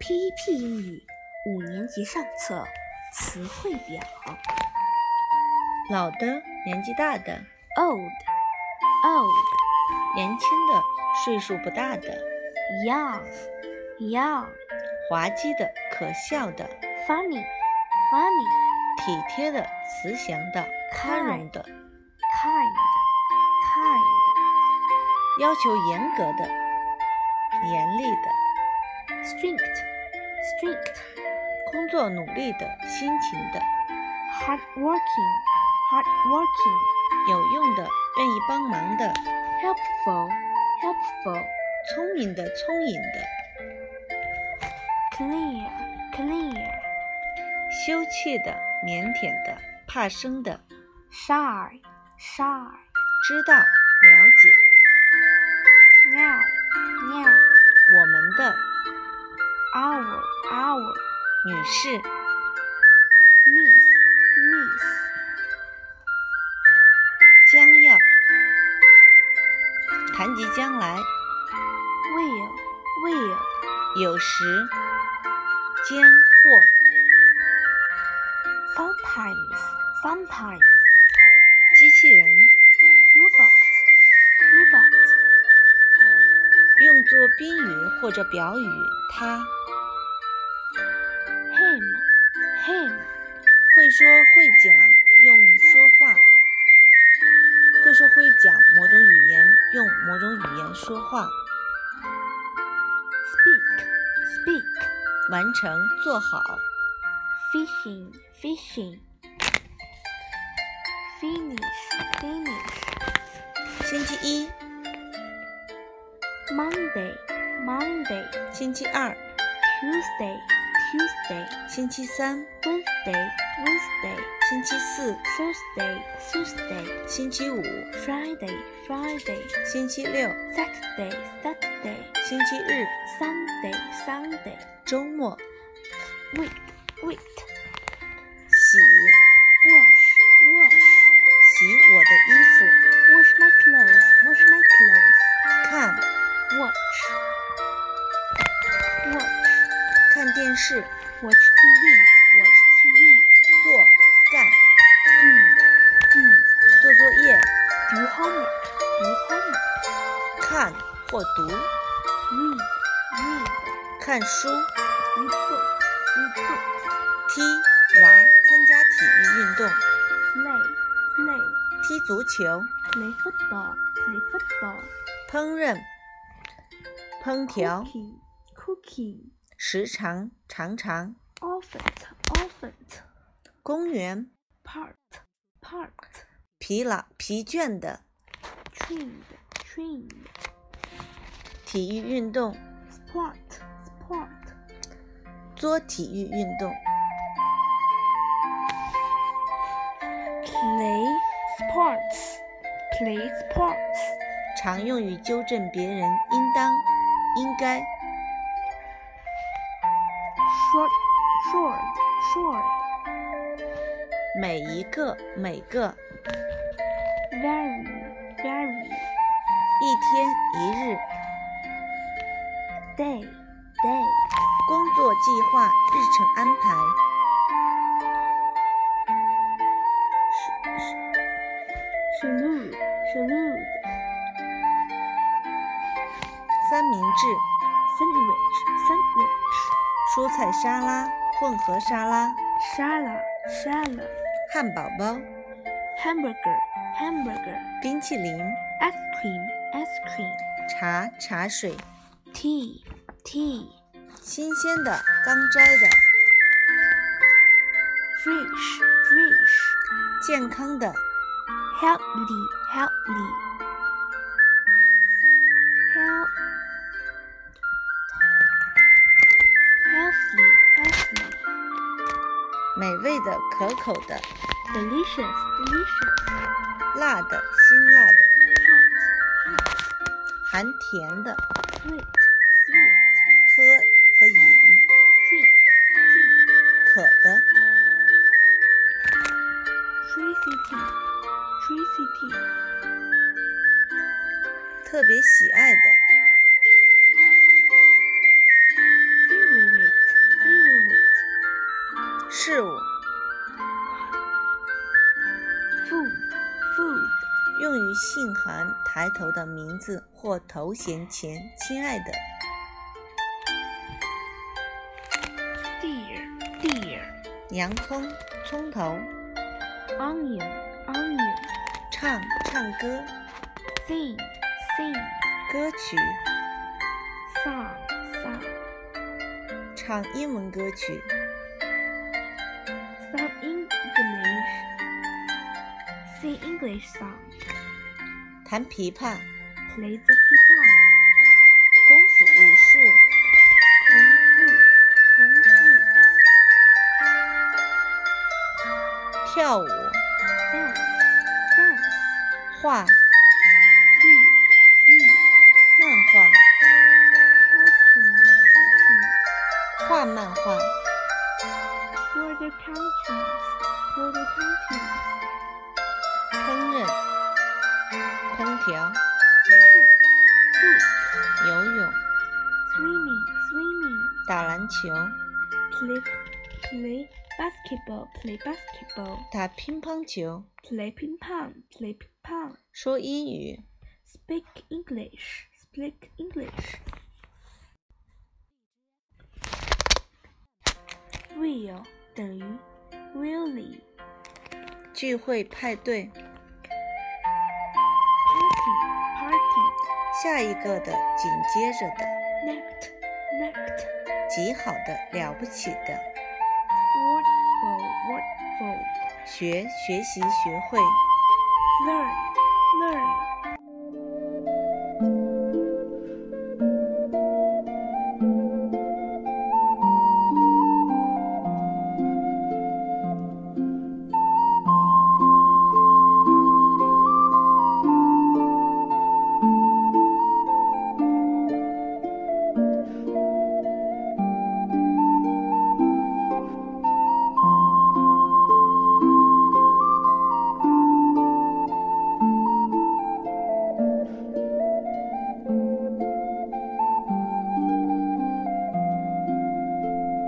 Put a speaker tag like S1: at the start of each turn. S1: CP 英语 E，五年级上册词汇表
S2: 老的、年纪大的、
S1: ：old, old,
S2: 年轻的、岁数不大的、
S1: young, young,
S2: 滑稽的、可笑的、
S1: funny, funny,
S2: 体贴的、慈祥的、宽容的、
S1: kind, kind,
S2: 要求严格的、严厉的、
S1: strict, strict,
S2: 工作努力的、辛勤的、
S1: hard working, hard working,
S2: 有用的、愿意帮忙的、
S1: helpful, helpful,
S2: 聪明的、聪颖的、
S1: clear, clear,
S2: 羞怯的、腼腆的、怕生的、
S1: shy, shy,
S2: 知道、了解
S1: now, now,
S2: 我们的
S1: hour, hour,
S2: 女士。
S1: miss, miss.
S2: 将要，谈及将来，
S1: will, will,
S2: 有时，将或
S1: sometimes, sometimes,
S2: 机器人
S1: robot, robot,
S2: 用作宾语或者表语，他
S1: him, him,
S2: 会说会讲，用说话，会说会讲某种语言，用某种语言说话，
S1: speak, speak,
S2: 完成做好，
S1: fishing, fishing, finish, finish,
S2: 星期一，
S1: Monday, Monday,
S2: 星期二，
S1: Tuesday, Tuesday,
S2: 星期三，
S1: Wednesday, Wednesday,
S2: 星期四，
S1: Thursday, Thursday,
S2: 星期五，
S1: Friday, Friday,
S2: 星期六，
S1: Saturday, Saturday,
S2: 星期日，
S1: Sunday, Sunday,
S2: 周末，
S1: week, week.
S2: 洗。
S1: Wash, wash,
S2: 洗我的衣服，
S1: wash my clothes, wash my clothes.
S2: 看
S1: Watch, watch,
S2: 看电视，
S1: watch TV, watch TV.
S2: 做干
S1: Do, do,
S2: 做作业，
S1: do homework, do homework.
S2: 看或读，
S1: Read, read,
S2: 看书，
S1: read books, read books.
S2: 踢玩，参加体育运动，
S1: Play, play,
S2: 踢足球，
S1: play football, play football.
S2: 烹饪，烹调，
S1: Cooking, cooking.
S2: 时常常常，
S1: Often, often.
S2: 公园，
S1: Part, part.
S2: 疲劳疲倦的
S1: Trained, trained.
S2: 体育运动，
S1: Sport, sport.
S2: 做体育运动，
S1: play sports play sports
S2: 常用于纠正别人，应当，应该，
S1: short short short
S2: 每一个每个，
S1: very very
S2: 一天一日。
S1: day day
S2: 工作计划、日程安排、
S1: salute salute
S2: 三明治、
S1: sandwich sandwich
S2: 蔬菜沙拉、混合沙拉、
S1: salad salad
S2: 汉堡包、
S1: hamburger hamburger
S2: 冰淇淋、
S1: ice cream ice cream
S2: 茶、茶水、
S1: tea tea
S2: 新鲜的、刚摘的、
S1: fresh fresh
S2: 健康的、
S1: healthy healthy health healthy healthy
S2: 美味的、可口的、
S1: delicious delicious
S2: 辣的、辛辣的、
S1: hot hot
S2: 含甜的、
S1: sweet sweet
S2: 喝和饮、
S1: drink drink
S2: 渴的、
S1: tree city tree city
S2: 特别喜爱的、
S1: favorite
S2: 事物，
S1: food, food,
S2: 用于姓韩抬头的名字或头衔前“亲爱的
S1: dear, dear, ”。
S2: 洋葱，葱头。
S1: onion, onion,
S2: 唱，唱歌。
S1: sing, sing,
S2: 歌曲，
S1: song, song,
S2: 唱英文歌曲。
S1: some English, sing English song,
S2: 弹琵琶。
S1: play the piano,
S2: 功夫武术，
S1: kung fu, kung fu,
S2: 跳舞，
S1: dance, dance,
S2: 画，
S1: yu, yu,
S2: 漫画，
S1: cartoon, cartoon,
S2: 画漫画，
S1: for the cartoons, for the cartoons,
S2: 烹饪，烹调，
S1: hoop,
S2: 游泳，
S1: swimming, swimming,
S2: 打篮球，
S1: play, play basketball, play basketball,
S2: 打乒乓球，
S1: play ping pong, play ping pong,
S2: 说英语。
S1: speak English, speak English. Will 等于 really
S2: 聚会派对，
S1: party party
S2: 下一个的，紧接着的，
S1: next next
S2: 极好的，了不起的，
S1: wonderful wonderful
S2: 学学习学会，
S1: learn